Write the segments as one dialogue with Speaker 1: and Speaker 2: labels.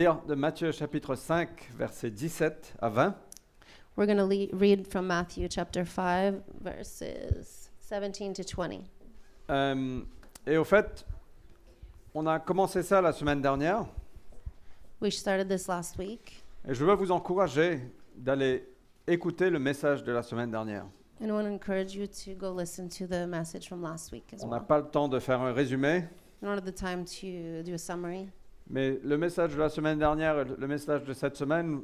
Speaker 1: de Matthieu chapitre 5, versets 17 à 20.
Speaker 2: We're going to le- read from Matthew chapter 5, verses 17 to 20.
Speaker 1: Euh, et au fait, on a commencé ça la semaine dernière
Speaker 2: We started this last week,
Speaker 1: et je veux vous encourager d'aller écouter le message de la semaine dernière.
Speaker 2: and I want to encourage you to go listen to the message from last week as
Speaker 1: On n'a
Speaker 2: well.
Speaker 1: pas le temps de faire un résumé,
Speaker 2: In order the time to do a summary.
Speaker 1: mais le message de la semaine dernière et le message de cette semaine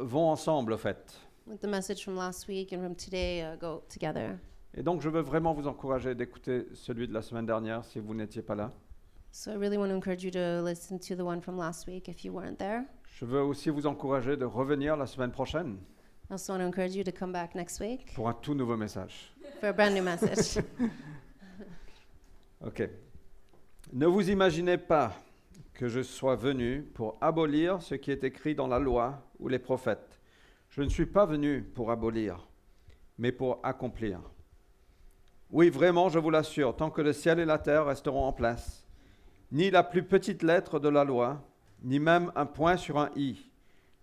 Speaker 1: vont ensemble au fait.
Speaker 2: Like the message from last week and from today uh, go together.
Speaker 1: Et donc je veux vraiment vous encourager d'écouter celui de la semaine dernière si vous n'étiez pas là.
Speaker 2: So I really want to encourage you to listen to the one from last week if you weren't there.
Speaker 1: Je veux aussi vous encourager de revenir la semaine prochaine
Speaker 2: I also want to encourage you to come back next week
Speaker 1: pour un tout nouveau message.
Speaker 2: for a brand new message.
Speaker 1: Ok. Ne vous imaginez pas que je sois venu pour abolir ce qui est écrit dans la loi ou les prophètes. Je ne suis pas venu pour abolir, mais pour accomplir. Oui, vraiment, je vous l'assure, tant que le ciel et la terre resteront en place, ni la plus petite lettre de la loi, ni même un point sur un i,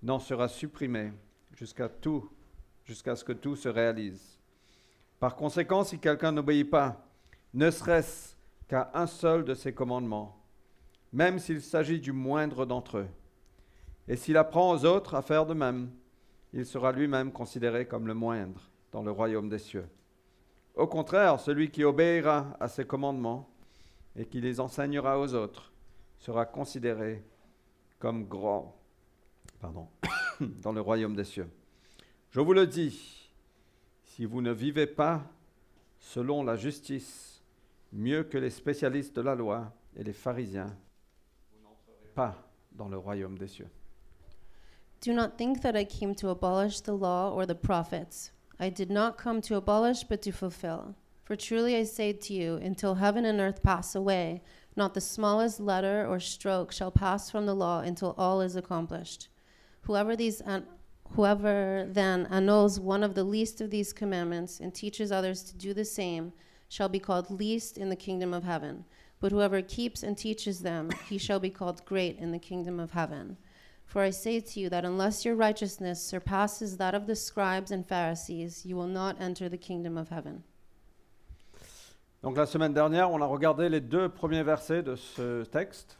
Speaker 1: n'en sera supprimé jusqu'à tout, jusqu'à ce que tout se réalise. Par conséquent, si quelqu'un n'obéit pas, ne serait-ce qu'à un seul de ses commandements, même s'il s'agit du moindre d'entre eux. Et s'il apprend aux autres à faire de même, il sera lui-même considéré comme le moindre dans le royaume des cieux. Au contraire, celui qui obéira à ces commandements et qui les enseignera aux autres sera considéré comme grand pardon, dans le royaume des cieux. Je vous le dis, si vous ne vivez pas selon la justice, mieux que les spécialistes de la loi et les pharisiens, vous n'entrerez pas dans le royaume des cieux.
Speaker 2: Do not think that I came to abolish the law or the prophets. I did not come to abolish, but to fulfill. For truly I say to you, until heaven and earth pass away, not the smallest letter or stroke shall pass from the law until all is accomplished. Whoever these an- whoever then annuls one of the least of these commandments and teaches others to do the same shall be called least in the kingdom of heaven. But whoever keeps and teaches them, he shall be called great in the kingdom of heaven. For I say to you that unless your righteousness surpasses that of the scribes and Pharisees, you will not enter the kingdom of heaven.
Speaker 1: Donc la semaine dernière, on a regardé les deux premiers versets de ce texte.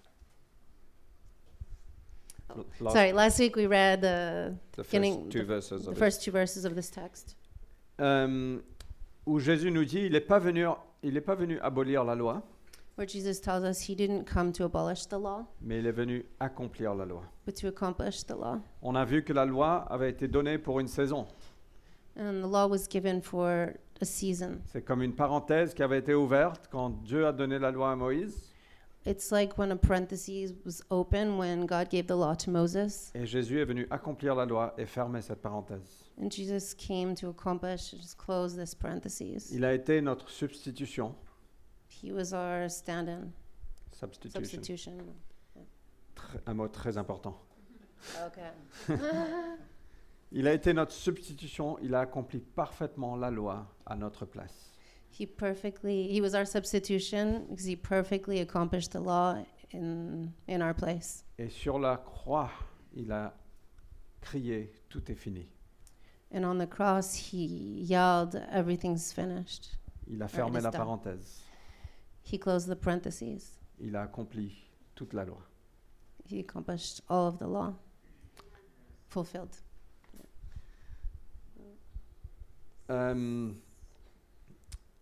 Speaker 1: Last-
Speaker 2: Sorry, last week we read uh,
Speaker 1: the first
Speaker 2: beginning-
Speaker 1: two verses of
Speaker 2: the
Speaker 1: it.
Speaker 2: first two verses of this text,
Speaker 1: Euh, où Jésus nous dit, il n'est pas venu, il n'est pas venu abolir la loi,
Speaker 2: where Jesus tells us he didn't come to abolish the law,
Speaker 1: mais il est venu accomplir la loi.
Speaker 2: but to accomplish the law.
Speaker 1: On a vu que la loi avait été donnée pour une saison.
Speaker 2: And the law was given for a season.
Speaker 1: C'est comme une parenthèse qui avait été ouverte quand Dieu a donné la loi à Moïse.
Speaker 2: It's like when a parenthesis was open when God gave the law to Moses,
Speaker 1: Et Jésus est venu accomplir la loi et fermer cette parenthèse.
Speaker 2: and Jesus came to accomplish, just close this parenthesis.
Speaker 1: Il a été notre substitution.
Speaker 2: He was our stand in,
Speaker 1: Substitution.
Speaker 2: substitution.
Speaker 1: Tr- Un mot très important.
Speaker 2: Okay.
Speaker 1: Il a été notre substitution. Il a accompli parfaitement la loi à notre place.
Speaker 2: He perfectly he was our substitution because he perfectly accomplished the law in in our place.
Speaker 1: Et sur la croix, il a crié Tout est fini.
Speaker 2: And on the cross he yelled, Everything's finished.
Speaker 1: Il a fermé la
Speaker 2: done.
Speaker 1: parenthèse.
Speaker 2: He closed the parentheses.
Speaker 1: Il a accompli toute la loi.
Speaker 2: He accomplished all of the law. Fulfilled.
Speaker 1: Euh,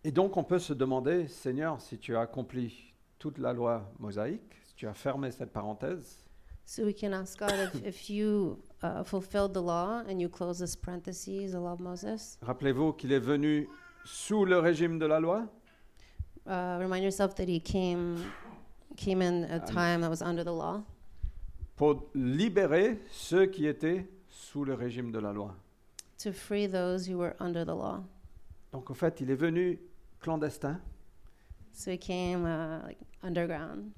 Speaker 1: et donc, on peut se demander Seigneur, si tu as accompli toute la loi mosaïque, si tu as fermé cette parenthèse,
Speaker 2: So we can ask God if, if you uh, fulfilled the law and you close this parentheses, the law of Moses.
Speaker 1: Rappelez-vous qu'il est venu sous le régime de la loi,
Speaker 2: Uh, remind yourself that he came came in a
Speaker 1: Um,
Speaker 2: time that was under the law
Speaker 1: pour libérer ceux qui étaient sous le régime de la loi.
Speaker 2: to free those who were under the law.
Speaker 1: Donc en fait, il est venu clandestin,
Speaker 2: So he came uh, like underground,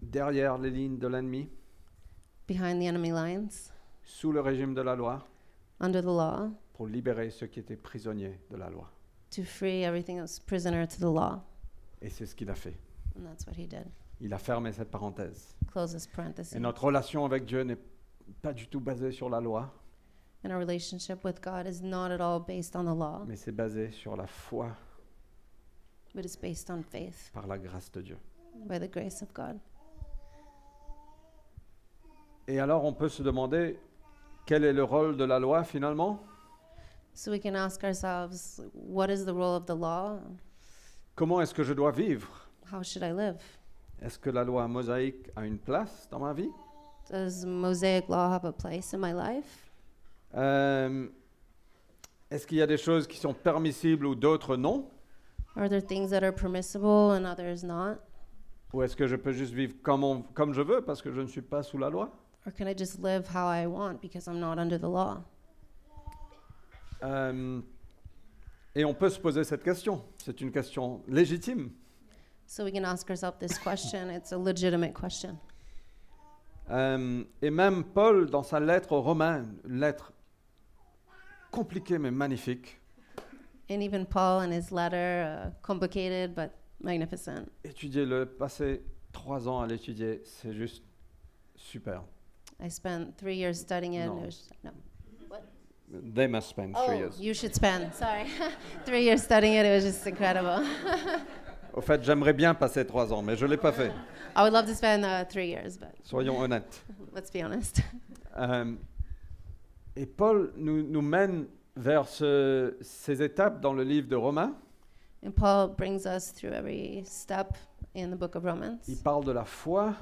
Speaker 1: derrière les lignes de l'ennemi,
Speaker 2: behind the enemy lines,
Speaker 1: sous le régime de la loi,
Speaker 2: under the law,
Speaker 1: pour libérer ceux qui étaient prisonniers de la loi.
Speaker 2: to free everything that was prisoner to the law.
Speaker 1: Et c'est ce qu'il a fait.
Speaker 2: And that's what he did.
Speaker 1: Il a fermé cette parenthèse.
Speaker 2: Closes
Speaker 1: Et
Speaker 2: parenthesis.
Speaker 1: notre relation avec Dieu n'est pas du tout basée sur la loi,
Speaker 2: And our relationship with God is not at all based on the law,
Speaker 1: mais c'est basé sur la foi
Speaker 2: but it's based on faith
Speaker 1: par la grâce de Dieu.
Speaker 2: by the grace of God.
Speaker 1: Et alors on peut se demander quel est le rôle de la loi finalement
Speaker 2: So we can ask ourselves, what is the role of the law?
Speaker 1: Comment est-ce que je dois vivre
Speaker 2: How should I live?
Speaker 1: Est-ce que la loi mosaïque a une place dans ma vie
Speaker 2: Does Mosaic law have a place in my life?
Speaker 1: Euh, Est-ce qu'il y a des choses qui sont permissibles ou d'autres non
Speaker 2: Are there things that are permissible and others not?
Speaker 1: Ou est-ce que je peux juste vivre comme, on- comme je veux parce que je ne suis pas sous la loi
Speaker 2: Or can I just live how I want because I'm not under the law?
Speaker 1: Euh, Et on peut se poser cette question. C'est une question légitime.
Speaker 2: So we can ask ourselves this question. It's a legitimate question.
Speaker 1: Euh, et même Paul, dans sa lettre aux Romains, une lettre compliquée mais magnifique,
Speaker 2: And even Paul in his letter, uh, complicated but magnificent.
Speaker 1: étudiez-le, passez trois ans à l'étudier, c'est juste super.
Speaker 2: I spent three years studying it. and
Speaker 1: No.
Speaker 2: it was- no.
Speaker 1: They must spend three
Speaker 2: Oh,
Speaker 1: years.
Speaker 2: you should spend. Sorry. three years studying it. It was just incredible.
Speaker 1: Au fait, j'aimerais bien passer trois ans, mais je ne l'ai pas fait,
Speaker 2: I would love to spend uh, three years, but
Speaker 1: soyons honnêtes.
Speaker 2: let's be honest.
Speaker 1: Euh, et Paul nous, nous mène vers ce- ces étapes dans le livre de Romains.
Speaker 2: And Paul brings us through every step in the book of Romans.
Speaker 1: Il parle de la foi.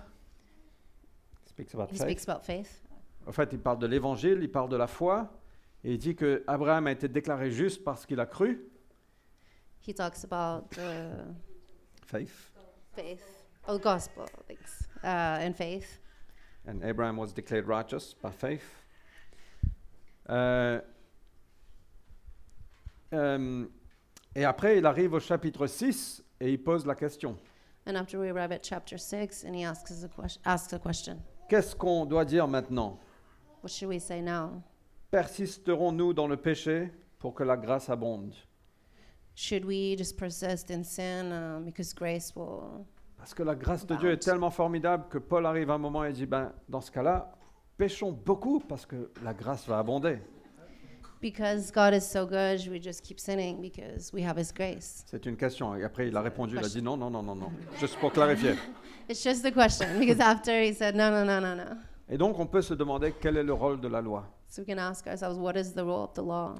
Speaker 1: Speaks about
Speaker 2: He
Speaker 1: faith.
Speaker 2: speaks about faith.
Speaker 1: En fait, il parle de l'évangile, il parle de la foi, et il dit que Abraham a été déclaré juste parce qu'il a cru.
Speaker 2: He talks about uh,
Speaker 1: Faith.
Speaker 2: faith, oh, gospel, thanks, uh, and faith.
Speaker 1: And Abraham was declared righteous by faith. Euh, euh, et après, il arrive au chapitre 6 et il pose la question.
Speaker 2: And after we arrive at chapter six, and he asks us a question. Asks a question.
Speaker 1: Qu'est-ce qu'on doit dire maintenant
Speaker 2: What should we say now?
Speaker 1: Persisterons-nous dans le péché pour que la grâce abonde
Speaker 2: Should we just persist in sin um, because grace will?
Speaker 1: Parce que la grâce de Dieu est
Speaker 2: Abound.
Speaker 1: tellement formidable que Paul arrive à un moment et dit, ben, dans ce cas-là, péchons beaucoup parce que la grâce va abonder.
Speaker 2: Because God is so good, should we just keep sinning because we have His grace?
Speaker 1: C'est une question. Et après, il a répondu, il a
Speaker 2: question.
Speaker 1: dit non, non, non, non, non. Juste pour clarifier.
Speaker 2: It's just a question. Because after he said no, no, no, no, no.
Speaker 1: Et donc, on peut se demander quel est le rôle de la loi.
Speaker 2: So we can ask ourselves, what is the role of the law?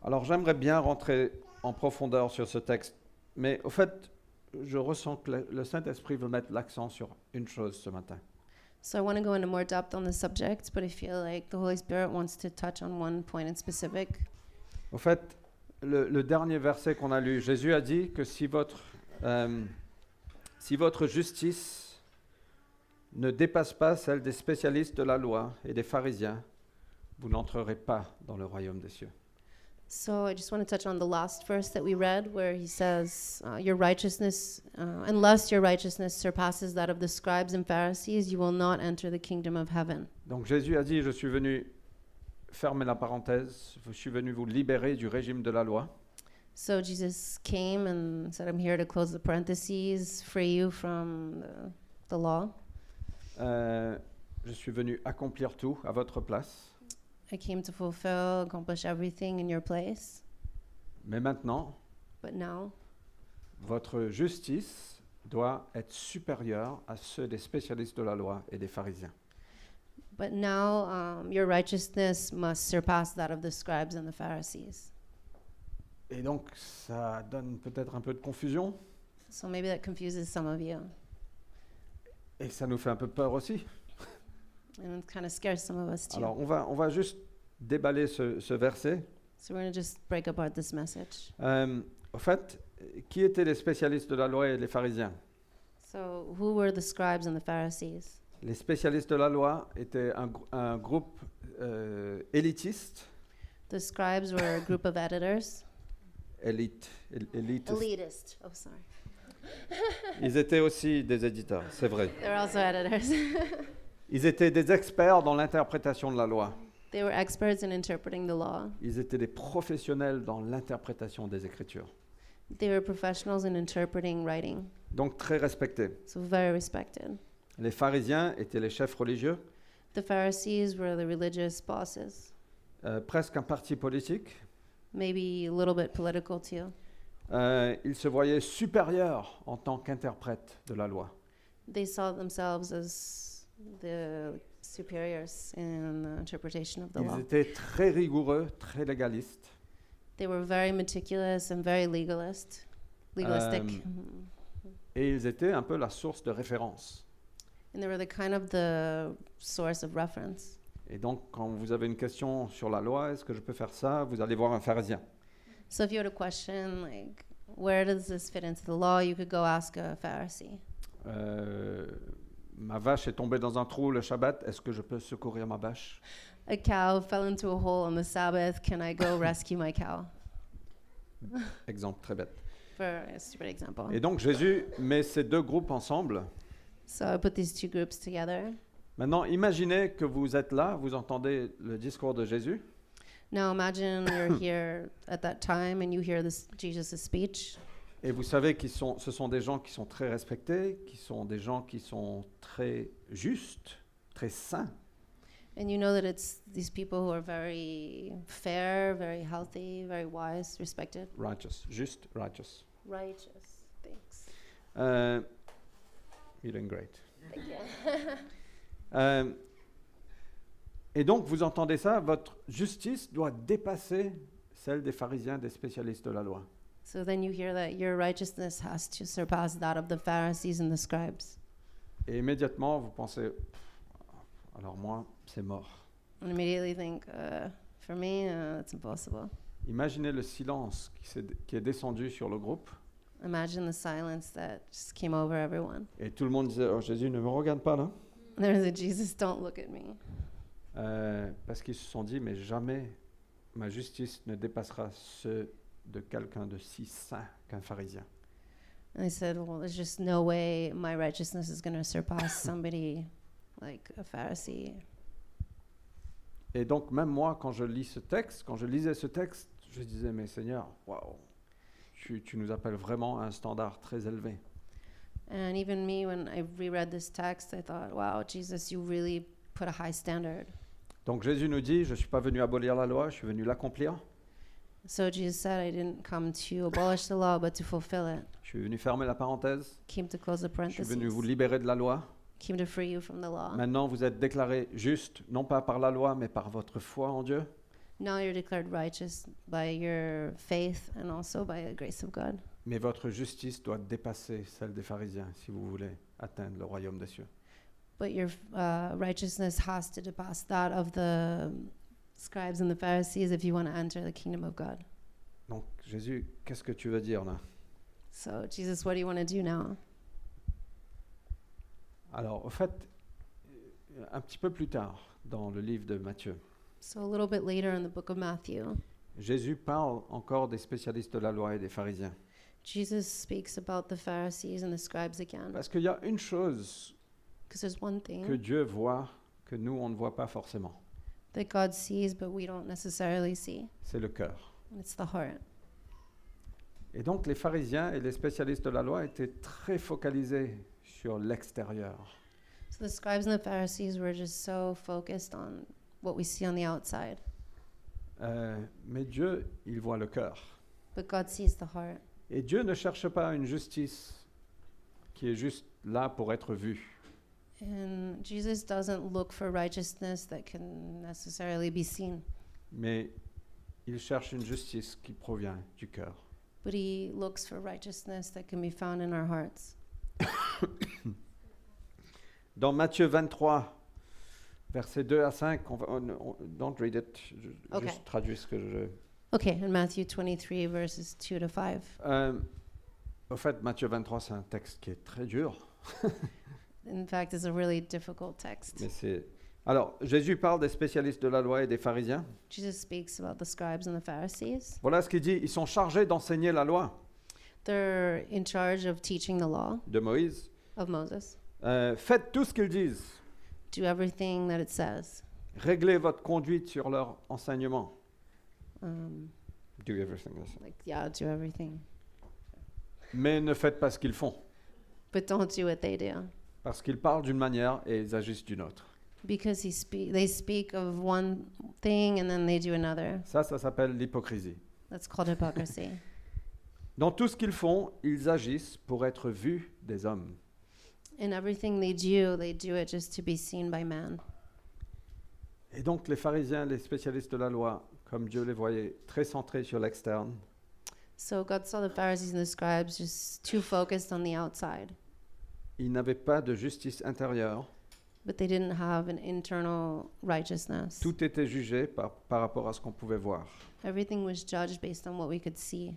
Speaker 1: Alors, j'aimerais bien rentrer en profondeur sur ce texte. Mais au fait, je ressens que le- le Saint-Esprit veut mettre l'accent sur une chose ce matin.
Speaker 2: So I want to go into more depth on the subject, but I feel like the Holy Spirit wants to touch on one point in specific.
Speaker 1: Au fait, le, le dernier verset qu'on a lu, Jésus a dit que si votre, euh, si votre justice ne dépasse pas celle des spécialistes de la loi et des pharisiens, vous n'entrerez pas dans le royaume des cieux.
Speaker 2: So I just want to touch on the last verse that we read, where he says, uh, "Your righteousness, uh, unless your righteousness surpasses that of the scribes and Pharisees, you will not enter the kingdom of heaven."
Speaker 1: Donc Jésus a dit, je suis venu fermer la parenthèse, je suis venu vous libérer du régime de la loi.
Speaker 2: So Jesus came and said, "I'm here to close the parentheses, free you from the, the law.
Speaker 1: Euh, je suis venu accomplir tout à votre place.
Speaker 2: I came to fulfill, accomplish everything in your place.
Speaker 1: Mais maintenant,
Speaker 2: But now,
Speaker 1: votre justice doit être supérieure à ceux des spécialistes de la loi et des pharisiens.
Speaker 2: but now, um, your righteousness must surpass that of the scribes and the Pharisees."
Speaker 1: Et donc, ça donne peut-être un peu de confusion
Speaker 2: So maybe that confuses some of you,
Speaker 1: et ça nous fait un peu peur aussi.
Speaker 2: and it kind of scares some of us too.
Speaker 1: Alors, on va, on va juste déballer ce, ce verset.
Speaker 2: So we're going to just break apart this message.
Speaker 1: Euh, au fait, qui étaient les spécialistes de la loi et les pharisiens
Speaker 2: So, who were the scribes and the Pharisees?
Speaker 1: Les spécialistes de la loi étaient un, grou- un groupe euh, élitiste,
Speaker 2: The scribes were a group of editors.
Speaker 1: élite, él- élitiste.
Speaker 2: Elitist. Oh, sorry.
Speaker 1: Ils étaient aussi des éditeurs, c'est vrai.
Speaker 2: They were also editors.
Speaker 1: Ils étaient des experts dans l'interprétation de la loi.
Speaker 2: they were experts in interpreting the law.
Speaker 1: Ils étaient des professionnels dans l'interprétation des Écritures.
Speaker 2: They were professionals in interpreting writing,
Speaker 1: donc très respectés.
Speaker 2: so very respected.
Speaker 1: Les pharisiens étaient les chefs religieux,
Speaker 2: The Pharisees were the religious bosses,
Speaker 1: euh, presque un parti politique.
Speaker 2: maybe a little bit political too.
Speaker 1: Euh, ils se voyaient supérieurs en tant qu'interprètes de la loi.
Speaker 2: They saw themselves as the superiors in the interpretation of the law.
Speaker 1: Ils étaient très rigoureux, très légalistes.
Speaker 2: They were very meticulous and very legalist, legalistic, Mhm.
Speaker 1: Et ils étaient un peu la source de référence.
Speaker 2: and they were the kind of the source of reference.
Speaker 1: Et donc, quand vous avez une question sur la loi, est-ce que je peux faire ça Vous allez voir un pharisien.
Speaker 2: So if you had a question like, where does this fit into the law, you could go ask a Pharisee.
Speaker 1: Euh, ma vache est tombée dans un trou le Shabbat, est-ce que je peux secourir ma vache
Speaker 2: A cow fell into a hole on the Sabbath. Can I go rescue my cow?
Speaker 1: Exemple très bête.
Speaker 2: For a stupid example.
Speaker 1: Et donc Jésus met ces deux groupes ensemble.
Speaker 2: So I put these two groups together.
Speaker 1: Maintenant, imaginez que vous êtes là, vous entendez le discours de Jésus,
Speaker 2: Now imagine you're here at that time and you hear this Jesus' speech.
Speaker 1: et vous savez que sont, ce sont des gens qui sont très respectés, qui sont des gens qui sont très justes, très saints.
Speaker 2: And you know that it's these people who are very fair, very healthy, very wise, respected,
Speaker 1: Righteous, juste, righteous.
Speaker 2: righteous. Thanks.
Speaker 1: Euh, you're doing great.
Speaker 2: Thank you.
Speaker 1: Euh, et donc, vous entendez ça, votre justice doit dépasser celle des pharisiens, des spécialistes de la loi.
Speaker 2: So then you hear that your righteousness has to surpass that of the Pharisees and the scribes.
Speaker 1: Et immédiatement, vous pensez, Pff, alors moi, c'est mort.
Speaker 2: And immediately think, uh, for me, uh, that's impossible.
Speaker 1: Imaginez le silence qui, s'est- qui est descendu sur le groupe.
Speaker 2: Imagine the silence that just came over everyone.
Speaker 1: Et tout le monde disait, oh Jésus, ne me regarde pas là.
Speaker 2: There was a Jesus, don't look at me.
Speaker 1: Euh, parce qu'ils se sont dit, mais jamais ma justice ne dépassera ceux de quelqu'un de si saint qu'un pharisien.
Speaker 2: And I said, well, there's just no way my righteousness is going to surpass somebody like a Pharisee.
Speaker 1: Et donc, même moi, quand je lis ce texte, quand je lisais ce texte, je disais, mais Seigneur, waouh, tu, tu nous appelles vraiment à un standard très élevé.
Speaker 2: And even me, when I reread this text, I thought, wow, Jesus, you really put a high standard.
Speaker 1: Donc Jésus nous dit, je ne suis pas venu abolir la loi, je suis venu l'accomplir.
Speaker 2: So Jesus said, I didn't come to abolish the law, but to fulfill it.
Speaker 1: Je suis venu fermer la parenthèse.
Speaker 2: Came to close the
Speaker 1: Je suis
Speaker 2: parentheses.
Speaker 1: venu vous libérer de la loi.
Speaker 2: Came to free you from the law.
Speaker 1: Maintenant, vous êtes déclarés justes, non pas par la loi, mais par votre foi en Dieu.
Speaker 2: Now you're declared righteous by your faith and also by the grace of God.
Speaker 1: Mais votre justice doit dépasser celle des pharisiens si vous voulez atteindre le royaume des cieux.
Speaker 2: But your uh, righteousness has to surpass that of the scribes and the Pharisees if you want to enter the kingdom of God.
Speaker 1: Donc Jésus, qu'est-ce que tu veux dire là
Speaker 2: So, Jesus, what do you want to do now?
Speaker 1: Alors, au fait, euh, un petit peu plus tard dans le livre de Matthieu,
Speaker 2: So, a little bit later in the book of Matthew,
Speaker 1: Jésus parle encore des spécialistes de la loi et des pharisiens.
Speaker 2: Jesus speaks about the Pharisees and the scribes again.
Speaker 1: Parce qu'il y a une chose
Speaker 2: Because there's one
Speaker 1: que
Speaker 2: thing
Speaker 1: Dieu voit que nous, on ne voit pas forcément.
Speaker 2: that God sees, but we don't necessarily see,
Speaker 1: C'est le cœur.
Speaker 2: and it's the heart.
Speaker 1: Et donc les pharisiens et les spécialistes de la loi étaient très focalisés sur l'extérieur.
Speaker 2: So, the scribes and the Pharisees were just so focused on what we see on the outside,
Speaker 1: Euh, mais Dieu, il voit le cœur.
Speaker 2: but God sees the heart.
Speaker 1: Et Dieu ne cherche pas une justice qui est juste là pour être vue.
Speaker 2: And Jesus doesn't look for righteousness that can necessarily be seen,
Speaker 1: Mais il cherche une justice qui provient du cœur.
Speaker 2: but he looks for righteousness that can be found in our hearts.
Speaker 1: Dans Matthieu 23, versets 2 à 5, on va, on- on- don't read it, je,
Speaker 2: Ok.
Speaker 1: juste traduis ce que je...
Speaker 2: Okay, in Matthew 23, verses 2 to 5.
Speaker 1: Euh, au fait, Matthieu 23, c'est un texte qui est très dur,
Speaker 2: In fact, it's a really difficult text.
Speaker 1: mais c'est... Alors, Jésus parle des spécialistes de la loi et des pharisiens.
Speaker 2: Jesus speaks about the scribes and the Pharisees.
Speaker 1: Voilà ce qu'il dit, ils sont chargés d'enseigner la loi
Speaker 2: They're in charge of teaching the law
Speaker 1: de Moïse.
Speaker 2: of Moses.
Speaker 1: Euh, faites tout ce qu'ils disent.
Speaker 2: Do everything that it says.
Speaker 1: Réglez votre conduite sur leur enseignement.
Speaker 2: Um,
Speaker 1: Do everything.
Speaker 2: like, yeah, do everything.
Speaker 1: mais ne faites pas ce qu'ils font,
Speaker 2: but don't do what they do.
Speaker 1: parce qu'ils parlent d'une manière et ils agissent d'une autre.
Speaker 2: Because he speak, they speak of one thing and then they do another.
Speaker 1: Ça, ça s'appelle l'hypocrisie.
Speaker 2: That's called hypocrisy.
Speaker 1: Dans tout ce qu'ils font, ils agissent pour être vus des hommes.
Speaker 2: In everything they do, they do it just to be seen by man.
Speaker 1: Et donc les pharisiens, les spécialistes de la loi, comme Dieu les voyait, très centrés sur l'externe,
Speaker 2: So God saw the Pharisees and the scribes just too focused on the outside,
Speaker 1: ils n'avaient pas de justice intérieure.
Speaker 2: but they didn't have an internal righteousness.
Speaker 1: Tout était jugé par, par rapport à ce qu'on pouvait voir.
Speaker 2: Everything was judged based on what we could see.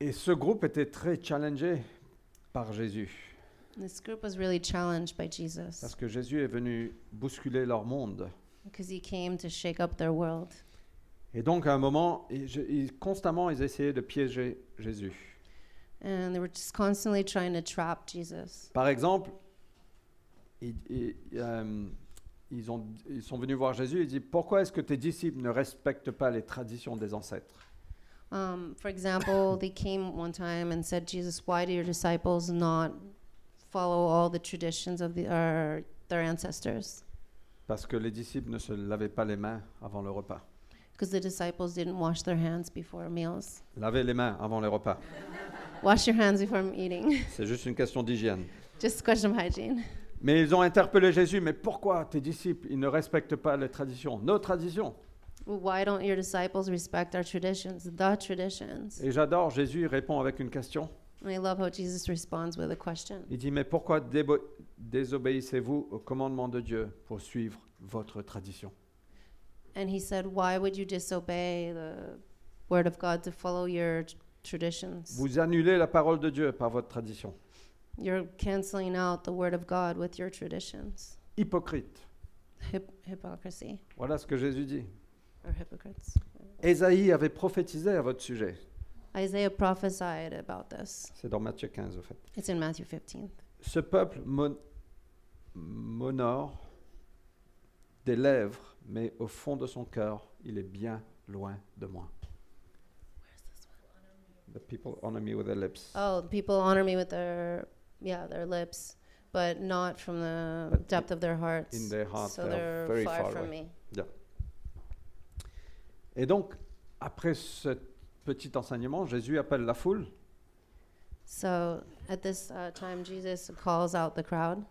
Speaker 1: Et ce groupe était très challengé par Jésus,
Speaker 2: This group was really challenged by Jesus
Speaker 1: parce que Jésus est venu bousculer leur monde.
Speaker 2: because he came to shake up their world.
Speaker 1: Et donc à un moment, ils- je- ils- constamment, ils essayaient de piéger Jésus.
Speaker 2: And they were just constantly trying to trap Jesus.
Speaker 1: Par exemple, ils, ils- euh, ils ont- ils sont venus voir Jésus et disent, pourquoi est-ce que tes disciples ne respectent pas les traditions des ancêtres
Speaker 2: Um, for example, they came one time and said, Jesus, why do your disciples not follow all the traditions of the, our, their ancestors?
Speaker 1: Parce que les disciples ne se lavaient pas les mains avant le repas.
Speaker 2: Because the disciples didn't wash their hands before meals.
Speaker 1: Lavez les mains avant les repas.
Speaker 2: Wash your hands before eating.
Speaker 1: C'est juste une question d'hygiène.
Speaker 2: Just a question of hygiene.
Speaker 1: Mais ils ont interpellé Jésus, mais pourquoi tes disciples, ils ne respectent pas les traditions, nos traditions
Speaker 2: Well, why don't your disciples respect our traditions, the traditions?
Speaker 1: Et j'adore, Jésus répond avec une question.
Speaker 2: And I love how Jesus responds with a question.
Speaker 1: Il dit, mais pourquoi débo- désobéissez-vous au commandement de Dieu pour suivre votre tradition
Speaker 2: And he said, Why would you disobey the word of God to follow your t- traditions?
Speaker 1: Vous annulez la parole de Dieu par votre tradition.
Speaker 2: You're canceling out the word of God with your traditions.
Speaker 1: Hypocrite.
Speaker 2: Hip- hypocrisy
Speaker 1: Voilà ce que Jésus dit.
Speaker 2: or hypocrites.
Speaker 1: Ésaïe avait prophétisé à votre sujet.
Speaker 2: Isaiah prophesied about this.
Speaker 1: C'est dans Matthieu 15, au fait.
Speaker 2: It's in Matthew 15.
Speaker 1: Ce peuple mon- m'honore des lèvres, mais au fond de son cœur, il est bien loin de moi. The people honor me with their lips.
Speaker 2: Oh, people honor me with their yeah, their lips, but not from the
Speaker 1: But
Speaker 2: depth of their hearts.
Speaker 1: in their heart,
Speaker 2: so
Speaker 1: they are
Speaker 2: they're
Speaker 1: very
Speaker 2: far,
Speaker 1: far
Speaker 2: from
Speaker 1: away.
Speaker 2: me.
Speaker 1: Et donc, après ce petit enseignement, Jésus appelle la foule
Speaker 2: So at this uh, time, Jesus calls out the crowd.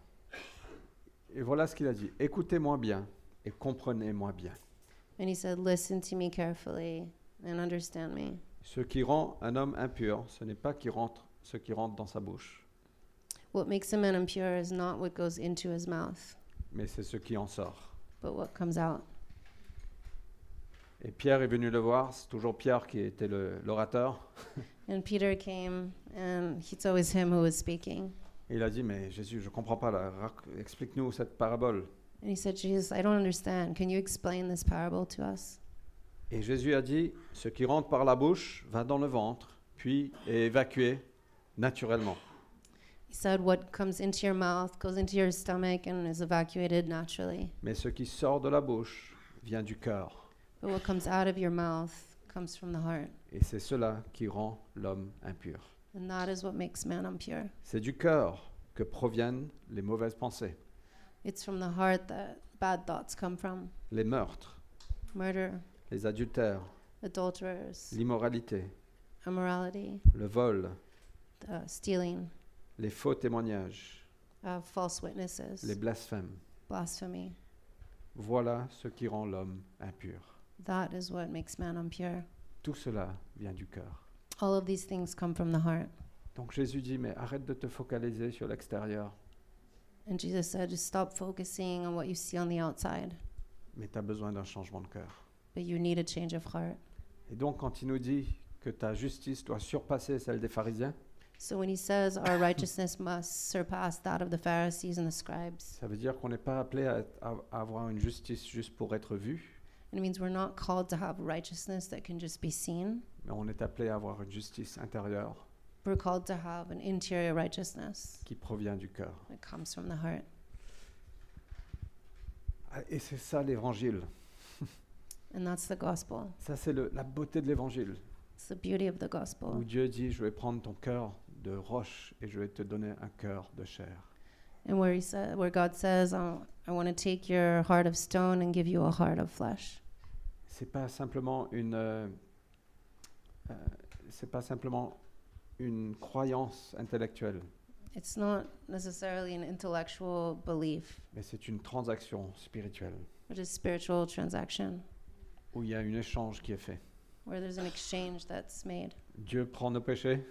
Speaker 1: et voilà ce qu'il a dit. Écoutez-moi bien et comprenez-moi bien.
Speaker 2: And he said, Listen to me carefully and understand me.
Speaker 1: Ce qui rend un homme impur, ce n'est pas qui rentre, ce qui rentre dans sa bouche,
Speaker 2: What makes a man impure is not what goes into his mouth,
Speaker 1: mais c'est ce qui en sort.
Speaker 2: but what comes out.
Speaker 1: Et Pierre est venu le voir, c'est toujours Pierre qui était le- l'orateur.
Speaker 2: And Peter came, and it's always him who was speaking.
Speaker 1: Et il a dit, mais Jésus, je ne comprends pas, là, rac- explique-nous cette parabole.
Speaker 2: And he said, Jesus, I don't understand. Can you explain this parable to us?
Speaker 1: Et Jésus a dit, ce qui rentre par la bouche va dans le ventre, puis est évacué naturellement.
Speaker 2: He said, What comes into your mouth goes into your stomach and is evacuated naturally.
Speaker 1: Mais ce qui sort de la bouche vient du cœur.
Speaker 2: But what comes out of your mouth comes from the heart.
Speaker 1: Et c'est cela qui rend l'homme impur.
Speaker 2: And that is what makes man impure.
Speaker 1: C'est du cœur que proviennent les mauvaises pensées,
Speaker 2: It's from the heart that bad thoughts come from
Speaker 1: les meurtres,
Speaker 2: murder,
Speaker 1: les adultères,
Speaker 2: adulterers,
Speaker 1: l'immoralité,
Speaker 2: immorality,
Speaker 1: le vol,
Speaker 2: uh, stealing,
Speaker 1: les faux témoignages,
Speaker 2: uh, false
Speaker 1: les
Speaker 2: witnesses,
Speaker 1: blasphèmes.
Speaker 2: blasphemy.
Speaker 1: Voilà ce qui rend l'homme impur.
Speaker 2: That is what makes man impure.
Speaker 1: Tout cela vient du cœur.
Speaker 2: All of these things come from the heart.
Speaker 1: Donc Jésus dit, mais arrête de te focaliser sur l'extérieur,
Speaker 2: And Jesus said, just stop focusing on what you see on the outside,
Speaker 1: mais tu as besoin d'un changement de cœur.
Speaker 2: but you need a change of heart.
Speaker 1: Et donc quand il nous dit que ta justice doit surpasser celle des pharisiens,
Speaker 2: So when he says our righteousness must surpass that of the Pharisees and the scribes,
Speaker 1: ça veut dire qu'on n'est pas appelé à, à- à avoir une justice juste pour être vu,
Speaker 2: it means we're not called to have righteousness that can just be seen.
Speaker 1: mais on est appelé à avoir une justice intérieure
Speaker 2: We're called to have an interior righteousness
Speaker 1: qui provient du cœur.
Speaker 2: that comes from the heart.
Speaker 1: Ah, Et c'est ça l'évangile.
Speaker 2: And that's the gospel.
Speaker 1: Ça c'est le- la beauté de l'évangile.
Speaker 2: It's the beauty of the
Speaker 1: où
Speaker 2: gospel.
Speaker 1: Dieu dit, je vais prendre ton cœur de roche et je vais te donner un cœur de chair.
Speaker 2: And where he said, where God says, "I- "I want to take your heart of stone and give you a heart of flesh."
Speaker 1: C'est pas simplement une, euh, euh, c'est pas simplement une croyance intellectuelle,
Speaker 2: It's not necessarily an intellectual belief,
Speaker 1: mais c'est une transaction spirituelle
Speaker 2: but a spiritual transaction
Speaker 1: où il y a un échange qui est fait.
Speaker 2: where there's an exchange that's made.
Speaker 1: Dieu prend nos péchés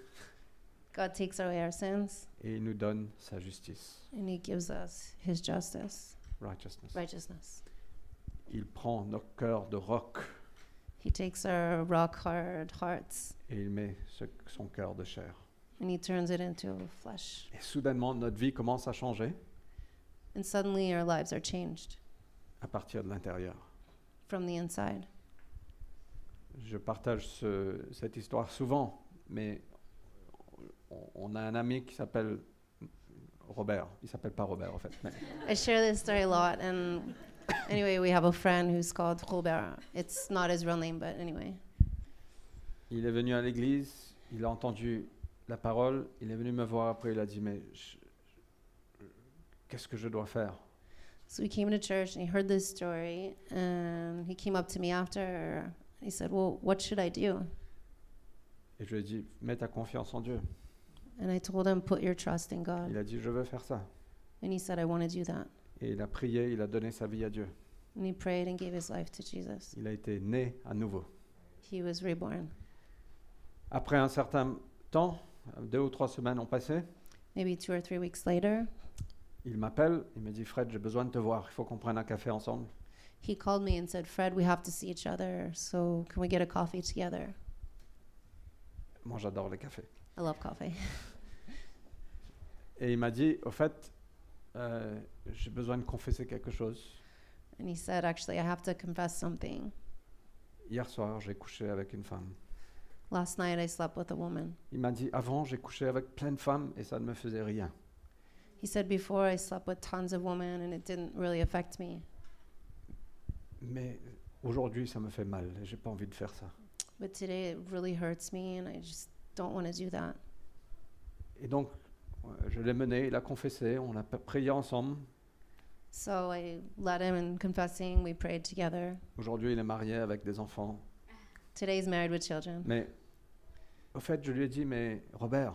Speaker 2: God takes away our sins
Speaker 1: et il nous donne sa justice,
Speaker 2: and he gives us his justice,
Speaker 1: righteousness.
Speaker 2: righteousness.
Speaker 1: Il prend nos cœurs de roc
Speaker 2: He takes our rock hard hearts
Speaker 1: et il met ce- son cœur de chair.
Speaker 2: and he turns it into flesh.
Speaker 1: Et soudainement, notre vie commence à changer
Speaker 2: And suddenly our lives are changed
Speaker 1: à partir de l'intérieur.
Speaker 2: from the inside.
Speaker 1: Je partage ce- cette histoire souvent, mais on, on a un ami qui s'appelle Robert. Il s'appelle pas Robert en fait. mais
Speaker 2: I share this story a lot. And anyway, we have a friend who's called Robert. It's not his real name, but anyway.
Speaker 1: il est venu à l'église, il a entendu la parole, il est venu me voir après, il a dit mais je- je- qu'est-ce que je dois faire
Speaker 2: So he came to church and he heard this story. And he came up to me after. He said, Well, what should I do?
Speaker 1: Et je lui ai dit mets ta confiance en Dieu.
Speaker 2: And I told him, Put your trust in
Speaker 1: Il
Speaker 2: God.
Speaker 1: a dit je veux faire ça.
Speaker 2: And he said, I want to do that.
Speaker 1: Et il a prié, il a donné sa vie à Dieu.
Speaker 2: And he prayed and gave his life to Jesus.
Speaker 1: Il a été né à nouveau.
Speaker 2: He was reborn.
Speaker 1: Après un certain temps, deux ou trois semaines ont passé,
Speaker 2: Maybe two or three weeks later,
Speaker 1: il m'appelle, il me dit Fred, j'ai besoin de te voir, il faut qu'on prenne un café ensemble.
Speaker 2: he called me and said, Fred, we have to see each other. So can we get a coffee together?
Speaker 1: Moi, j'adore les cafés.
Speaker 2: I love coffee.
Speaker 1: Et il m'a dit, au fait, euh, j'ai besoin de confesser quelque chose.
Speaker 2: And he said, Actually, I have to confess something.
Speaker 1: Hier soir, j'ai couché avec une femme.
Speaker 2: Last night I slept with a woman.
Speaker 1: Il m'a dit, avant, j'ai couché avec plein de femmes et ça ne me faisait rien.
Speaker 2: He said, Before I slept with tons of women and it didn't really affect me.
Speaker 1: Mais aujourd'hui, ça me fait mal et j'ai pas envie de faire ça.
Speaker 2: But today it really hurts me and I just don't want to do that.
Speaker 1: Et donc, euh, je l'ai mené, il a confessé, on a p- prié ensemble.
Speaker 2: So I led him in confessing. We prayed together.
Speaker 1: Aujourd'hui, il est marié avec des enfants.
Speaker 2: Today he's married with children.
Speaker 1: Mais au fait, je lui ai dit, mais Robert,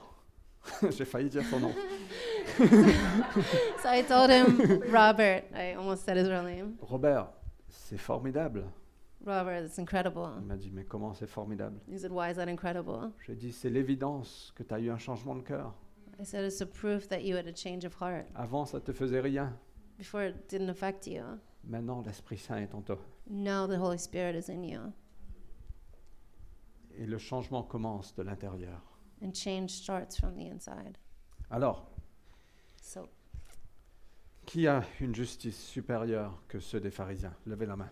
Speaker 1: j'ai failli dire son nom.
Speaker 2: So I told him, Robert, I almost said his real name.
Speaker 1: Robert, c'est formidable.
Speaker 2: Robert, it's incredible.
Speaker 1: Il m'a dit, mais comment c'est formidable
Speaker 2: He said, Why is that incredible?
Speaker 1: J'ai dit, c'est l'évidence que tu as eu un changement de cœur.
Speaker 2: I said, It's a proof that you had a change of heart.
Speaker 1: Avant, ça te faisait rien.
Speaker 2: Before it didn't affect you.
Speaker 1: Maintenant, l'Esprit Saint est en toi.
Speaker 2: Now the Holy Spirit is in you.
Speaker 1: Et le changement commence de l'intérieur.
Speaker 2: And change starts from the inside.
Speaker 1: Alors,
Speaker 2: So,
Speaker 1: qui a une justice supérieure que ceux des pharisiens Levez la main.